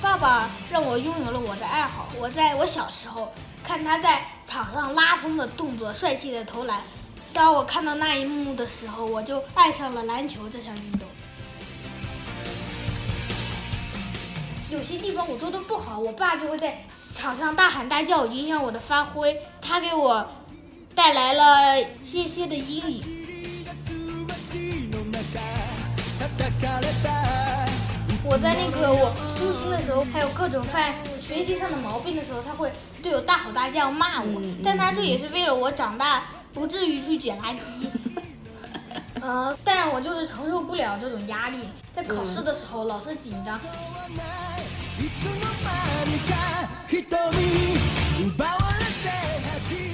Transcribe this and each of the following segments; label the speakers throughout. Speaker 1: 爸爸让我拥有了我的爱好。我在我小时候看他在场上拉风的动作、帅气的投篮，当我看到那一幕的时候，我就爱上了篮球这项运动。有些地方我做的不好，我爸就会在场上大喊大叫，影响我的发挥。他给我带来了些些的阴影。我在那个我粗心的时候，还有各种犯学习上的毛病的时候，他会对我大吼大叫骂我，但他这也是为了我长大不至于去捡垃圾。呃，但我就是承受不了这种压力，在考试的时候老是紧张，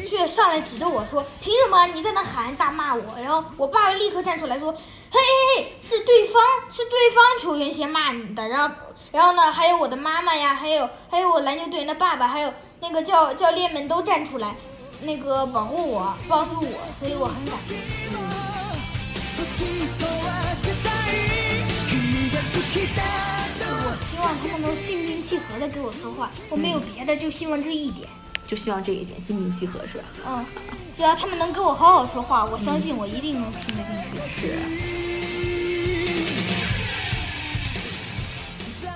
Speaker 1: 却上来指着我说：“凭什么你在那喊大骂我？”然后我爸立刻站出来说：“嘿嘿嘿，是对方是对方球员先骂你的。”然后然后呢，还有我的妈妈呀，还有还有我篮球队员的爸爸，还有那个教教练们都站出来，那个保护我，帮助我，所以我很感动。我希望他们能心平气和的跟我说话，我没有别的，就希望这一点。
Speaker 2: 就希望这一点心平气和是吧？
Speaker 1: 嗯，只要他们能跟我好好说话，我相信我一定能听得进去。
Speaker 2: 是。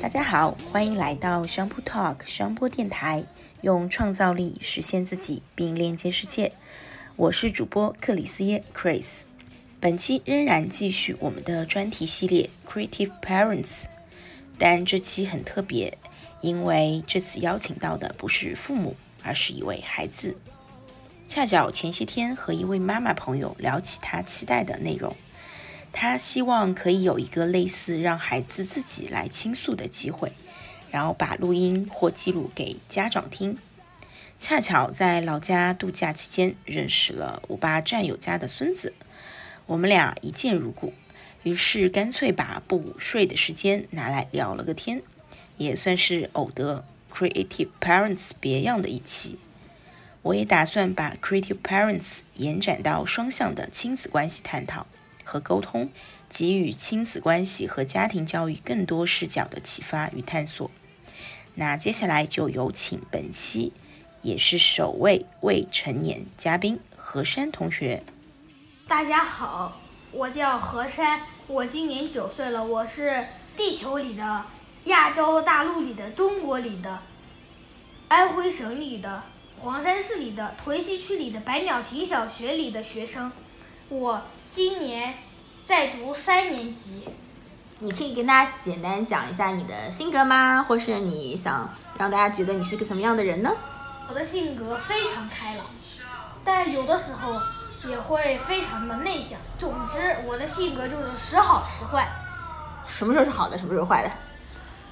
Speaker 2: 大家好，欢迎来到商铺 Talk 商播电台，用创造力实现自己并链接世界。我是主播克里斯耶 Chris，本期仍然继续我们的专题系列 Creative Parents，但这期很特别，因为这次邀请到的不是父母，而是一位孩子。恰巧前些天和一位妈妈朋友聊起她期待的内容，她希望可以有一个类似让孩子自己来倾诉的机会，然后把录音或记录给家长听。恰巧在老家度假期间认识了我爸战友家的孙子，我们俩一见如故，于是干脆把不午睡的时间拿来聊了个天，也算是偶得 Creative Parents 别样的一期。我也打算把 Creative Parents 延展到双向的亲子关系探讨和沟通，给予亲子关系和家庭教育更多视角的启发与探索。那接下来就有请本期也是首位未成年嘉宾何山同学。
Speaker 1: 大家好，我叫何山，我今年九岁了，我是地球里的、亚洲大陆里的、中国里的、安徽省里的、黄山市里的、屯溪区里的百鸟亭小学里的学生。我今年在读三年级。
Speaker 2: 你可以跟大家简单讲一下你的性格吗？或是你想让大家觉得你是个什么样的人呢？
Speaker 1: 我的性格非常开朗，但有的时候也会非常的内向。总之，我的性格就是时好时坏。
Speaker 2: 什么时候是好的，什么时候坏的？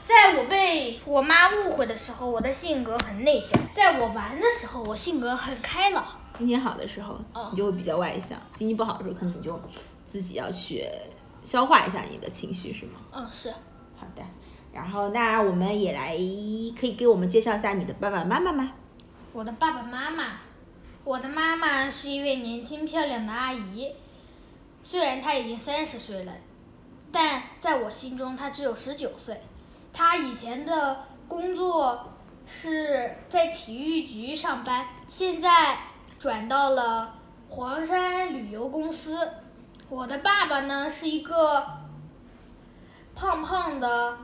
Speaker 1: 在我被我妈误会的时候，我的性格很内向；在我玩的时候，我性格很开朗。
Speaker 2: 心情好的时候
Speaker 1: 嗯，
Speaker 2: 你就会比较外向；心情不好的时候，可能你就自己要去消化一下你的情绪，是吗？
Speaker 1: 嗯，是
Speaker 2: 好的。然后，那我们也来，可以给我们介绍一下你的爸爸妈妈吗？
Speaker 1: 我的爸爸妈妈。我的妈妈是一位年轻漂亮的阿姨，虽然她已经三十岁了，但在我心中她只有十九岁。她以前的工作是在体育局上班，现在转到了黄山旅游公司。我的爸爸呢是一个胖胖的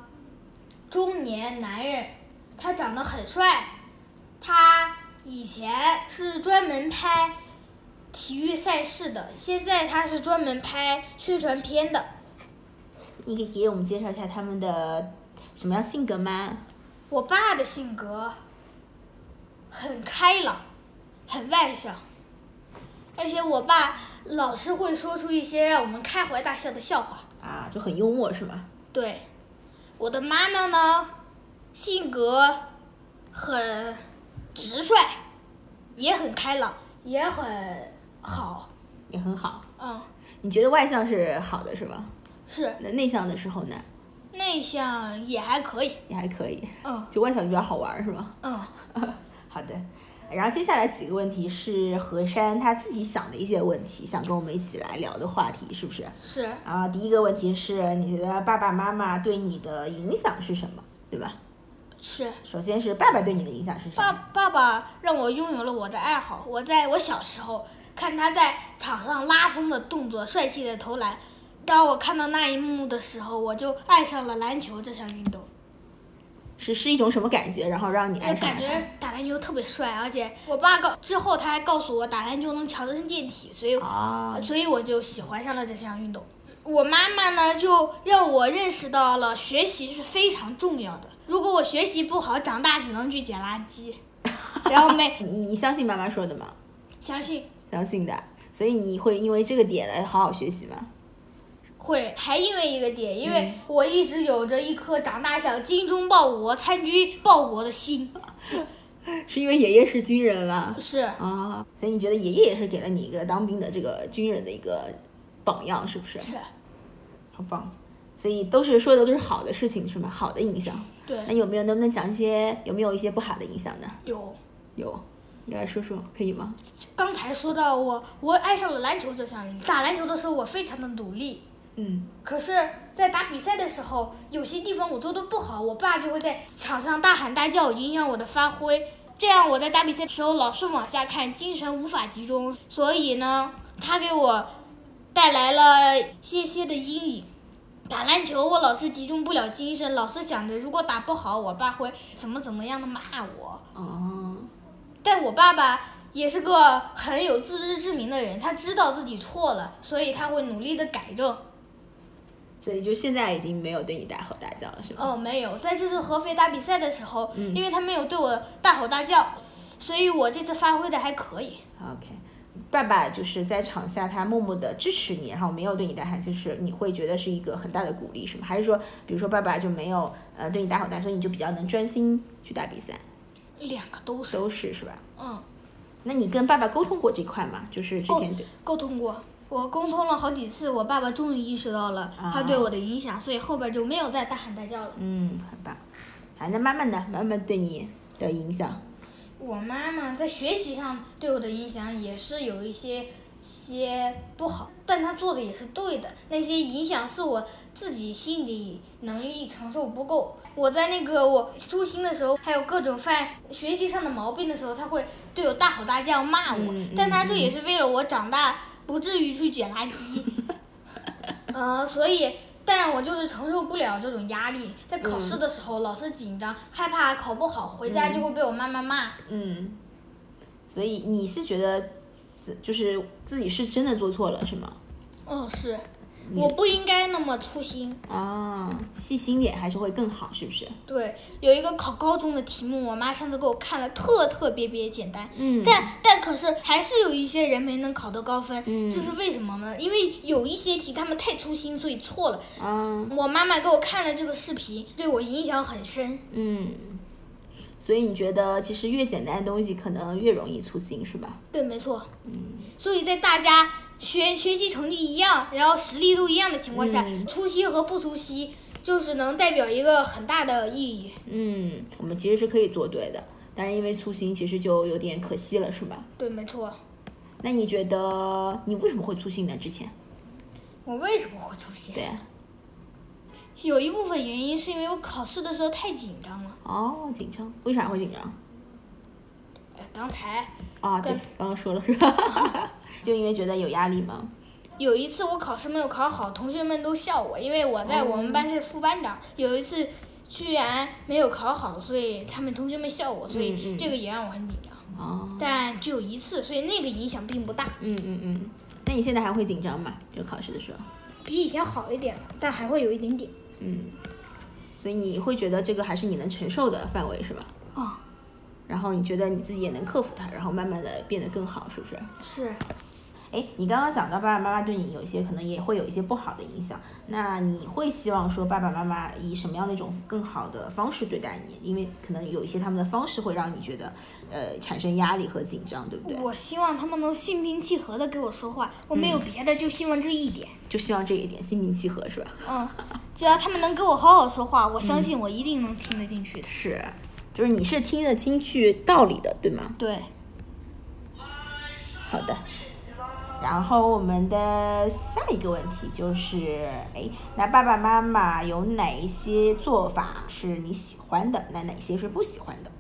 Speaker 1: 中年男人，他长得很帅，他以前是专门拍体育赛事的，现在他是专门拍宣传片的。
Speaker 2: 你可以给我们介绍一下他们的什么样性格吗？
Speaker 1: 我爸的性格很开朗，很外向，而且我爸老是会说出一些让我们开怀大笑的笑话。
Speaker 2: 啊，就很幽默是吗？
Speaker 1: 对，我的妈妈呢，性格很直率，也很开朗，也很好。
Speaker 2: 也很好。
Speaker 1: 嗯，
Speaker 2: 你觉得外向是好的是吗？
Speaker 1: 是
Speaker 2: 那内向的时候呢，
Speaker 1: 内向也还可以。
Speaker 2: 也还可以，
Speaker 1: 嗯
Speaker 2: 就外向就比较好玩儿是吗？
Speaker 1: 嗯，
Speaker 2: 好的，然后接下来几个问题是何山他自己想的一些问题，想跟我们一起来聊的话题，是不是？
Speaker 1: 是
Speaker 2: 啊，第一个问题是，你觉得爸爸妈妈对你的影响是什么？
Speaker 3: 对吧？
Speaker 1: 是
Speaker 3: 首先是爸爸对你的影响是什
Speaker 1: 爸
Speaker 3: 么？
Speaker 1: 爸爸让我拥有了我的爱好。我在我小时候看他在场上拉风的动作、帅气的投篮，当我看到那一幕的时候，我就爱上了篮球这项运动。
Speaker 3: 是是一种什么感觉？然后让你
Speaker 1: 我
Speaker 3: 爱上
Speaker 1: 感
Speaker 3: 了
Speaker 1: 觉打篮球特别帅，而且我爸告之后他还告诉我打篮球能强身健体，所以
Speaker 3: 它啊，
Speaker 1: 所以我就喜欢上了这项运动。我妈妈呢，就让我认识到了学习是非常重要的。如果我学习不好，长大只能去捡垃圾。然后没
Speaker 3: 哎 你你相信妈妈说的吗？
Speaker 1: 相信
Speaker 3: 相信的，所以你会因为这个点来好好学习吗？
Speaker 1: 会，还因为一个点，因为我一直有着一颗长大想精忠报国、参军报国的心。
Speaker 3: 是因为爷爷是军人啦
Speaker 1: 是
Speaker 3: 啊，所以你觉得爷爷也是给了你一个当兵的这个军人的一个榜样，是不是？
Speaker 1: 是，
Speaker 3: 好棒。所以都是说的都是好的事情，是吗？好的影响。那
Speaker 1: 对，
Speaker 3: 有没有能不能讲一些有没有一些不好的影响呢？
Speaker 1: 有。
Speaker 3: 有，你来说说，可以吗？
Speaker 1: 刚才说到我，我爱上了篮球这项运动。打篮球的时候，我非常的努力，
Speaker 3: 嗯，
Speaker 1: 可是，在打比赛的时候，有些地方我做的不好，我爸就会在场上大喊大叫，影响我的发挥。这样我在打比赛的时候老是往下看，精神无法集中，所以呢，他给我带来了些些的阴影。打篮球我老是集中不了精神，老是想着如果打不好，我爸会怎么怎么样的骂我。
Speaker 3: 哦，
Speaker 1: 但我爸爸也是个很有自知之明的人，他知道自己错了，所以他会努力的改正。
Speaker 3: 所以就现在已经没有对你大吼大叫了，是吗？
Speaker 1: 哦，没有，在这次合肥打比赛的时候，
Speaker 3: 嗯
Speaker 1: 因为他没有对我大吼大叫，所以我这次发挥的还可以。
Speaker 3: OK，爸爸就是在场下他默默的支持你，然后没有对你大喊，就是你会觉得是一个很大的鼓励，是吗？还是说，比如说爸爸就没有呃对你大吼大叫，所以你就比较能专心去打比赛，
Speaker 1: 两个都是，
Speaker 3: 都是是吧？
Speaker 1: 嗯，
Speaker 3: 那你跟爸爸沟通过这块吗？就是之
Speaker 1: 哦
Speaker 3: 前对，
Speaker 1: 沟通过。我沟通了好几次，我爸爸终于意识到了
Speaker 3: 啊
Speaker 1: 他对我的影响，所以后边就没有再大喊大叫了。
Speaker 3: 嗯，很棒。啊，那妈妈呢？妈妈对你的影响，
Speaker 1: 我妈妈在学习上对我的影响也是有一些些不好，但她做的也是对的。那些影响是我自己心理能力承受不够。我在那个我粗心的时候，还有各种犯学习上的毛病的时候，她会对我大吼大叫骂我，
Speaker 3: 嗯嗯
Speaker 1: 但她这也是为了我长大不至于去捡垃 圾。呃，所以，但我就是承受不了这种压力，在考
Speaker 3: 嗯
Speaker 1: 试的时候老是紧张，害怕考不好，回家就会被我妈妈骂。
Speaker 3: 嗯，所以你是觉得自就是自己是真的做错了是吗？
Speaker 1: 哦，是，我不应该那么粗心。
Speaker 3: 啊，细心点还是会更好，是不是？
Speaker 1: 对，有一个考高中的题目，我妈上次给我看了，特特别别简单。
Speaker 3: 嗯
Speaker 1: 但但可是还是有一些人没能考到高分，
Speaker 3: 嗯
Speaker 1: 这是为什么呢？因为有一些题他们太粗心，所以错了。
Speaker 3: 啊，
Speaker 1: 我妈妈给我看了这个视频，对我影响很深。
Speaker 3: 嗯，所以你觉得其实越简单的东西可能越容易粗心，是吧？
Speaker 1: 对，没错。
Speaker 3: 嗯
Speaker 1: 所以在大家学学习成绩一样，然后实力都一样的情况下，
Speaker 3: 嗯
Speaker 1: 粗心和不粗心就是能代表一个很大的意义。
Speaker 3: 嗯，我们其实是可以做对的，但是因为粗心，其实就有点可惜了，是吗？
Speaker 1: 对，没错。
Speaker 3: 那你觉得你为什么会粗心呢？之前，
Speaker 1: 我为什么会粗心？
Speaker 3: 对啊，
Speaker 1: 有一部分原因是因为我考试的时候太紧张了。
Speaker 3: 哦，紧张，为啥会紧张？
Speaker 1: 刚才
Speaker 3: 啊，对
Speaker 1: 对，
Speaker 3: 刚刚说了是吧？ 就因为觉得有压力吗？
Speaker 1: 有一次我考试没有考好，同学们都笑我，因为我在我们班是副班长。有一次居然没有考好，所以他们同学们笑我，所
Speaker 3: 嗯嗯
Speaker 1: 以这个也让我很紧张。
Speaker 3: 哦，
Speaker 1: 但只有一次，所以那个影响并不大，
Speaker 3: 嗯嗯嗯，那你现在还会紧张吗？就考试的时候，
Speaker 1: 比以前好一点了，但还会有一点点。
Speaker 3: 嗯，所以你会觉得这个还是你能承受的范围是吧？哦
Speaker 1: 啊、
Speaker 3: 然后你觉得你自己也能克服它，然后慢慢的变得更好，是不是？
Speaker 1: 是
Speaker 3: 哎，你刚刚讲到爸爸妈妈对你有一些可能也会有一些不好的影响，那你会希望说爸爸妈妈以什么样的一种更好的方式对待你？因为可能有一些他们的方式会让你觉得，呃，产生压力和紧张，对不对？
Speaker 1: 我希望他们能心平气和的给我说话，我
Speaker 3: 嗯
Speaker 1: 没有别的，就希望这一点。
Speaker 3: 就希望这一点心平气和，是吧？
Speaker 1: 嗯，只要他们能跟我好好说 话，我相
Speaker 3: 嗯
Speaker 1: 信我一定能听得进去的。
Speaker 3: 是，就是你是听得进去道理的，对吗？
Speaker 1: 对，
Speaker 3: 好的。然后我们的下一个问题就是，哎，那爸爸妈妈有哪一些做法是你喜欢的？那哪些是不喜欢的？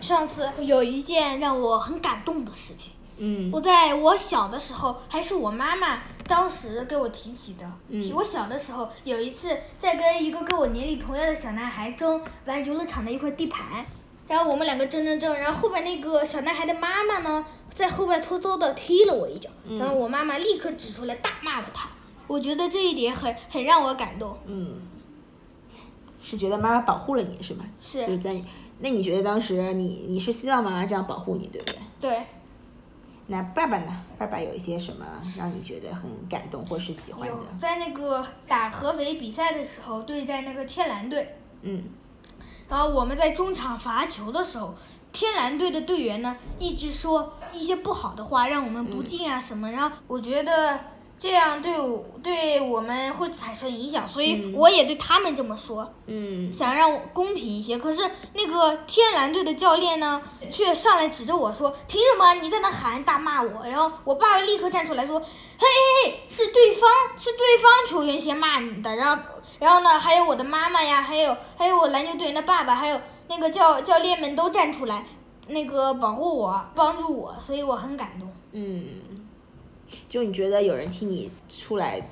Speaker 1: 上次有一件让我很感动的事情，
Speaker 3: 嗯
Speaker 1: 我在我小的时候，还是我妈妈当时给我提起的。
Speaker 3: 嗯
Speaker 1: 我小的时候有一次在跟一个跟我年龄同样的小男孩争玩游乐场的一块地盘，然后我们两个争争争，然后后边那个小男孩的妈妈呢，在后边偷偷的踢了我一脚，
Speaker 3: 嗯
Speaker 1: 然后我妈妈立刻指出来大骂了他。我觉得这一点很很让我感动。
Speaker 3: 嗯，是觉得妈妈保护了你是吗？
Speaker 1: 是
Speaker 3: 就是在你那你觉得当时你你是希望妈妈这样保护你，对不对？
Speaker 1: 对，
Speaker 3: 那爸爸呢？爸爸有一些什么让你觉得很感动或是喜欢的
Speaker 1: 有？在那个打合肥比赛的时候对战那个天蓝队，
Speaker 3: 嗯
Speaker 1: 然后我们在中场罚球的时候，天蓝队的队员呢一直说一些不好的话，让我们不进啊什么。然后我觉得这样对我对我们会产生影响，所以我也对他们这么说，
Speaker 3: 嗯
Speaker 1: 想让我公平一些。可是那个天蓝队的教练呢，却上来指着我说：“凭什么你在那喊大骂我？”然后我爸立刻站出来说：“嘿嘿嘿，是对方是对方球员先骂你的。”然后然后呢，还有我的妈妈呀，还有还有我篮球队员的爸爸，还有那个教教练们都站出来，那个保护我，帮助我，所以我很感动。
Speaker 3: 嗯，就你觉得有人替你出来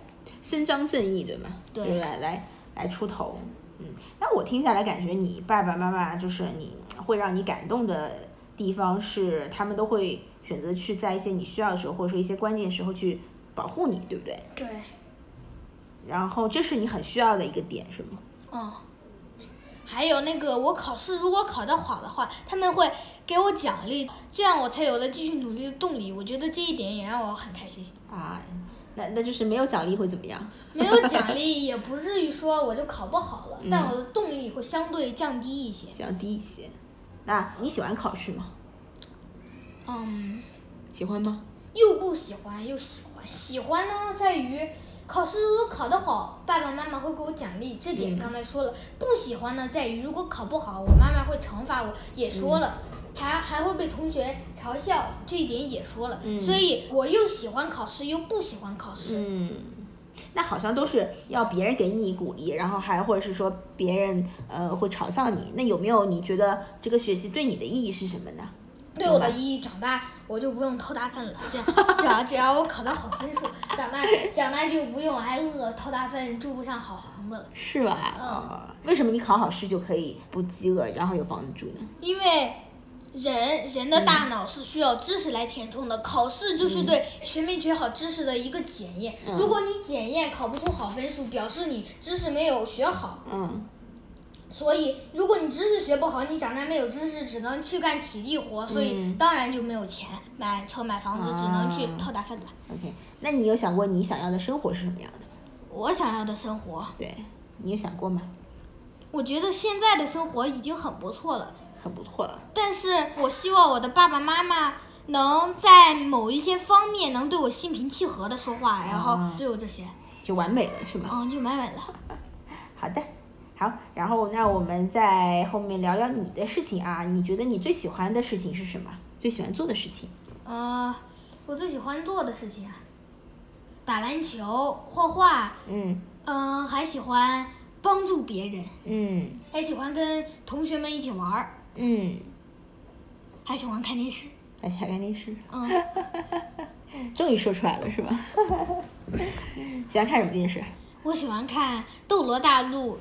Speaker 3: 伸张正义，对吗？
Speaker 1: 对
Speaker 3: 就是来来来出头。嗯，那我听下来感觉你爸爸妈妈就是你会让你感动的地方是，他们都会选择去在一些你需要的时候，或者说一些关键时候去保护你，对不对？
Speaker 1: 对，
Speaker 3: 然后这是你很需要的一个点，是吗？
Speaker 1: 嗯。还有那个，我考试如果考得好的话，他们会给我奖励，这样我才有了继续努力的动力。我觉得这一点也让我很开心。
Speaker 3: 啊，那那就是没有奖励会怎么样？
Speaker 1: 没有奖励，也不至于说我就考不好了，但我的动力会相对降低一些。
Speaker 3: 降低一些。那你喜欢考试吗？
Speaker 1: 嗯，
Speaker 3: 喜欢吗？
Speaker 1: 又不喜欢又喜欢，喜欢呢在于考试如果考得好，爸爸妈妈会给我奖励，这点
Speaker 3: 嗯
Speaker 1: 刚才说了。不喜欢呢在于如果考不好，我妈妈会惩罚我，也说了。
Speaker 3: 嗯
Speaker 1: 还还会被同学嘲笑，这一点也说了，
Speaker 3: 嗯
Speaker 1: 所以我又喜欢考试，又不喜欢考试。
Speaker 3: 嗯，那好像都是要别人给你鼓励，然后还或者是说别人呃会嘲笑你。那有没有你觉得这个学习对你的意义是什么呢？
Speaker 1: 对我的意义，长大我就不用偷大粪了。这样，只要只要我考到好分数，长大长大就不用挨饿偷大粪，住不上好房子了。
Speaker 3: 是吧？哦，为什么你考好试就可以不饥饿，然后有房子住呢？
Speaker 1: 因为人人的大脑是需要知识来填充的，考试就是
Speaker 3: 嗯
Speaker 1: 对全民学好知识的一个检验。如果你检验考不出好分数，表示你知识没有学好。
Speaker 3: 嗯
Speaker 1: 所以，如果你知识学不好，你长大没有知识，只能去干体力活，所以
Speaker 3: 嗯
Speaker 1: 当然就没有钱买车买房子，只能去
Speaker 3: 啊
Speaker 1: 偷大粪了。
Speaker 3: ，OK。那你有想过你想要的生活是什么样的吗？
Speaker 1: 我想要的生活。
Speaker 3: 对你有想过吗？
Speaker 1: 我觉得现在的生活已经很不错了，
Speaker 3: 很不错了。
Speaker 1: 但是我希望我的爸爸妈妈能在某一些方面能对我心平气和的说话，然后
Speaker 3: 啊
Speaker 1: 只有这些，
Speaker 3: 就完美了是吗？
Speaker 1: 嗯，就买满了。
Speaker 3: 好的，好，然后那我们在后面聊聊你的事情啊，你觉得你最喜欢的事情是什么？最喜欢做的事情？
Speaker 1: 呃，我最喜欢做的事情啊，打篮球、画画，
Speaker 3: 嗯
Speaker 1: 嗯、还喜欢帮助别人，
Speaker 3: 嗯
Speaker 1: 还喜欢跟同学们一起玩儿，
Speaker 3: 嗯，
Speaker 1: 还喜欢看电视。
Speaker 3: 来查看电视，
Speaker 1: 嗯，
Speaker 3: 哎终于说出来了是吧？ 喜欢看什么电视？啊
Speaker 1: 我喜欢看《斗罗大陆》，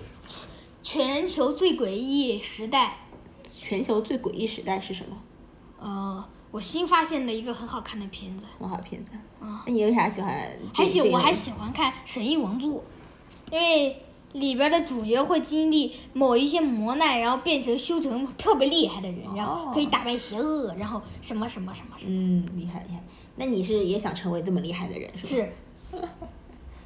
Speaker 1: 全球最诡异时代。
Speaker 3: 全球最诡异时代是什么？
Speaker 1: 呃，我新发现的一个很好看的片子，
Speaker 3: 很好的片子。
Speaker 1: 啊
Speaker 3: 那你为啥哦喜欢这？
Speaker 1: 还喜
Speaker 3: 这一
Speaker 1: 我
Speaker 3: 类
Speaker 1: 还喜欢看《神医王座》，因为里边的主角会经历某一些磨难，然后变成修成特别厉害的人，然后
Speaker 3: 哦
Speaker 1: 可以打败邪恶，然后什么什么什么什么，
Speaker 3: 嗯，厉害厉害。那你是也想成为这么厉害的人是吗？。
Speaker 1: 是。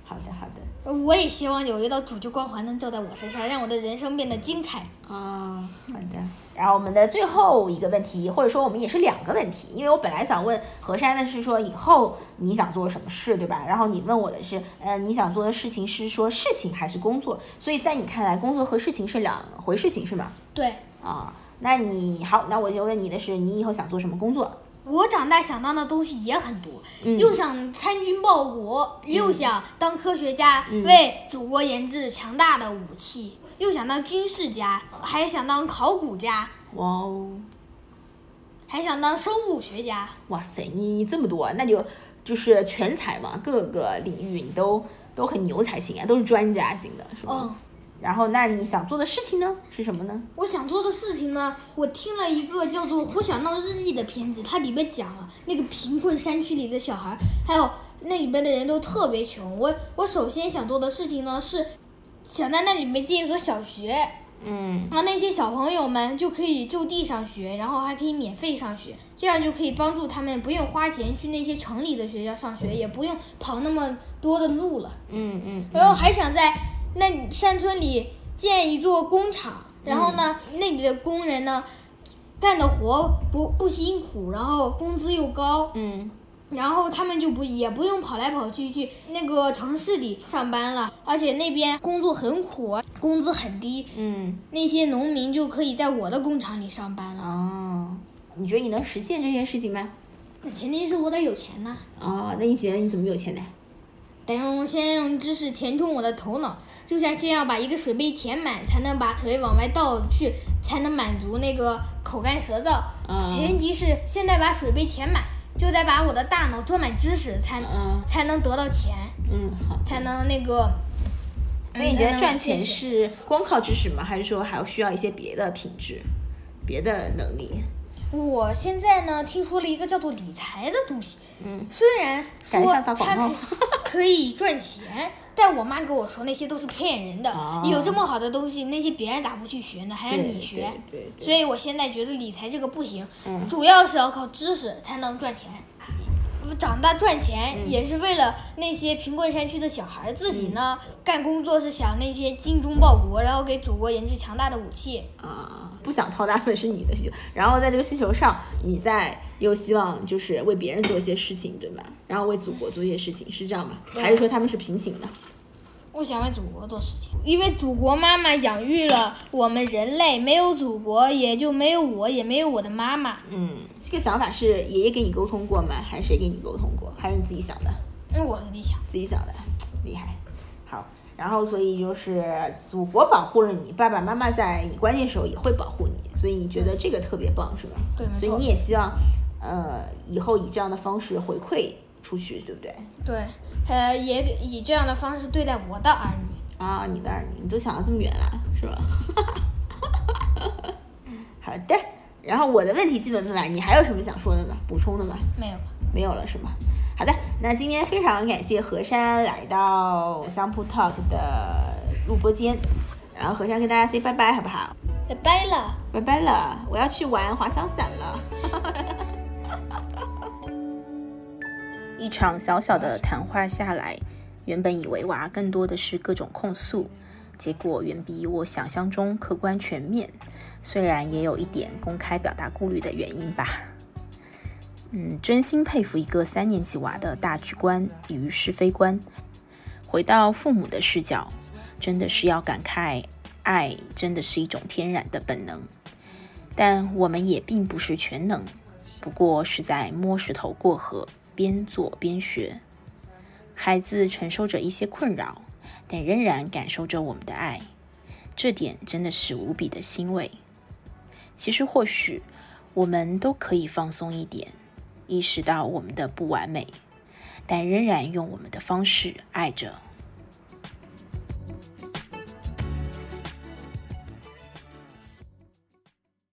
Speaker 3: 好的好的。
Speaker 1: 我也希望有一道主角光环能照在我身上，让我的人生变得精彩。
Speaker 3: 啊，好的。然后我们的最后一个问题，或者说我们也是两个问题，因为我本来想问何山的是说以后你想做什么事，对吧？然后你问我的是，呃，你想做的事情是说事情还是工作？所以在你看来，工作和事情是两回事情，是吗？
Speaker 1: 对，
Speaker 3: 啊，那你好，那我就问你的是，你以后想做什么工作？
Speaker 1: 我长大想当的东西也很多，
Speaker 3: 嗯
Speaker 1: 又想参军报国，又想当科学家，
Speaker 3: 嗯
Speaker 1: 为祖国研制强大的武器，又想当军事家，还想当考古家，
Speaker 3: 哇哦，
Speaker 1: 还想当生物学家。
Speaker 3: 哇塞，你这么多，那就就是全才嘛，各个领域你都都很牛才行啊，都是专家型的，是吧？
Speaker 1: 嗯，
Speaker 3: 然后，那你想做的事情呢？是什么呢？
Speaker 1: 我想做的事情呢，我听了一个叫做《胡小闹日记》的片子，它里面讲了那个贫困山区里的小孩，还有那里边的人都特别穷。我我首先想做的事情呢是，想在那里面建一所小学，
Speaker 3: 嗯，
Speaker 1: 让那些小朋友们就可以就地上学，然后还可以免费上学，这样就可以帮助他们不用花钱去那些城里的学校上学，也不用跑那么多的路了。
Speaker 3: 嗯嗯
Speaker 1: 然后还想在那山村里建一座工厂，然后呢，那里的工人呢，干的活不不辛苦，然后工资又高，
Speaker 3: 嗯
Speaker 1: 然后他们就不也不用跑来跑去去那个城市里上班了，而且那边工作很苦，工资很低，
Speaker 3: 嗯，
Speaker 1: 那些农民就可以在我的工厂里上班了。
Speaker 3: 哦，你觉得你能实现这件事情吗？
Speaker 1: 那前提是我得有钱呐，
Speaker 3: 哦，那你觉得你怎么有钱的？
Speaker 1: 得用先用知识填充我的头脑，就像先要把一个水杯填满，才能把水往外倒去，才能满足那个口干舌燥。
Speaker 3: 嗯
Speaker 1: 前提是现在把水杯填满，就得把我的大脑装满知识，才、
Speaker 3: 嗯
Speaker 1: 才能得到钱，
Speaker 3: 嗯，好。
Speaker 1: 才能那个。
Speaker 3: 所以你觉得赚钱
Speaker 1: 嗯
Speaker 3: 是光靠知识吗？还是说还需要一些别的品质、别的能力？
Speaker 1: 我现在呢，听说了一个叫做理财的东西。
Speaker 3: 嗯，
Speaker 1: 虽然
Speaker 3: 赶
Speaker 1: 说
Speaker 3: 上
Speaker 1: 它
Speaker 3: 打广
Speaker 1: 可以
Speaker 3: 告
Speaker 1: 可以 赚钱，但我妈跟我说那些都是骗人的。
Speaker 3: 哦
Speaker 1: 有这么好的东西，那些别人咋不去学呢？还让你学？
Speaker 3: 对对嗯
Speaker 1: 所以我现在觉得理财这个不行，主要是要靠知识才能赚钱。长大赚钱
Speaker 3: 嗯
Speaker 1: 也是为了那些贫困山区的小孩儿，自己呢
Speaker 3: 嗯
Speaker 1: 干工作是想那些精忠报国，然后给祖国研制强大的武器。
Speaker 3: 啊，不想掏大粪是你的需求，然后在这个需求上，你再又希望就是为别人做一些事情，对吗？然后为祖国做一些事情，是这样吗？还是说他们是平行的？
Speaker 1: 我想为祖国做事情，因为祖国妈妈养育了我们人类，没有祖国也就没有我，也没有我的妈妈。
Speaker 3: 嗯，这个想法是爷爷跟你沟通过吗？还是谁跟你沟通过？还是你自己想的？
Speaker 1: 嗯，我自己想，
Speaker 3: 自己想的，厉害。好，然后所以就是祖国保护了你，爸爸妈妈在你关键时候也会保护你，所以你觉得这个特别棒，是吧？
Speaker 1: 对没错
Speaker 3: 所以你也希望，呃，以后以这样的方式回馈出去，对不对？
Speaker 1: 对，呃，也以这样的方式对待我的儿女。
Speaker 3: 啊，你的儿女，你都想到这么远了，是吧？好的，然后我的问题基本问完，你还有什么想说的吗？补充的吗？
Speaker 1: 没有了，
Speaker 3: 没有了是吗？好的，那今天非常感谢何山来到香铺 Talk 的录播间，然后何山跟大家 say 拜拜好不好？
Speaker 1: 拜拜了。
Speaker 3: 拜拜了，我要去玩滑翔伞了。
Speaker 2: 一场小小的谈话下来，原本以为娃更多的是各种控诉，结果远比我想象中客观全面。虽然也有一点公开表达顾虑的原因吧。嗯，真心佩服一个三年级娃的大局观与是非观。回到父母的视角，真的是要感慨，爱真的是一种天然的本能，但我们也并不是全能。不过是在摸石头过河，边做边学。孩子承受着一些困扰，但仍然感受着我们的爱，这点真的是无比的欣慰。其实或许我们都可以放松一点，意识到我们的不完美，但仍然用我们的方式爱着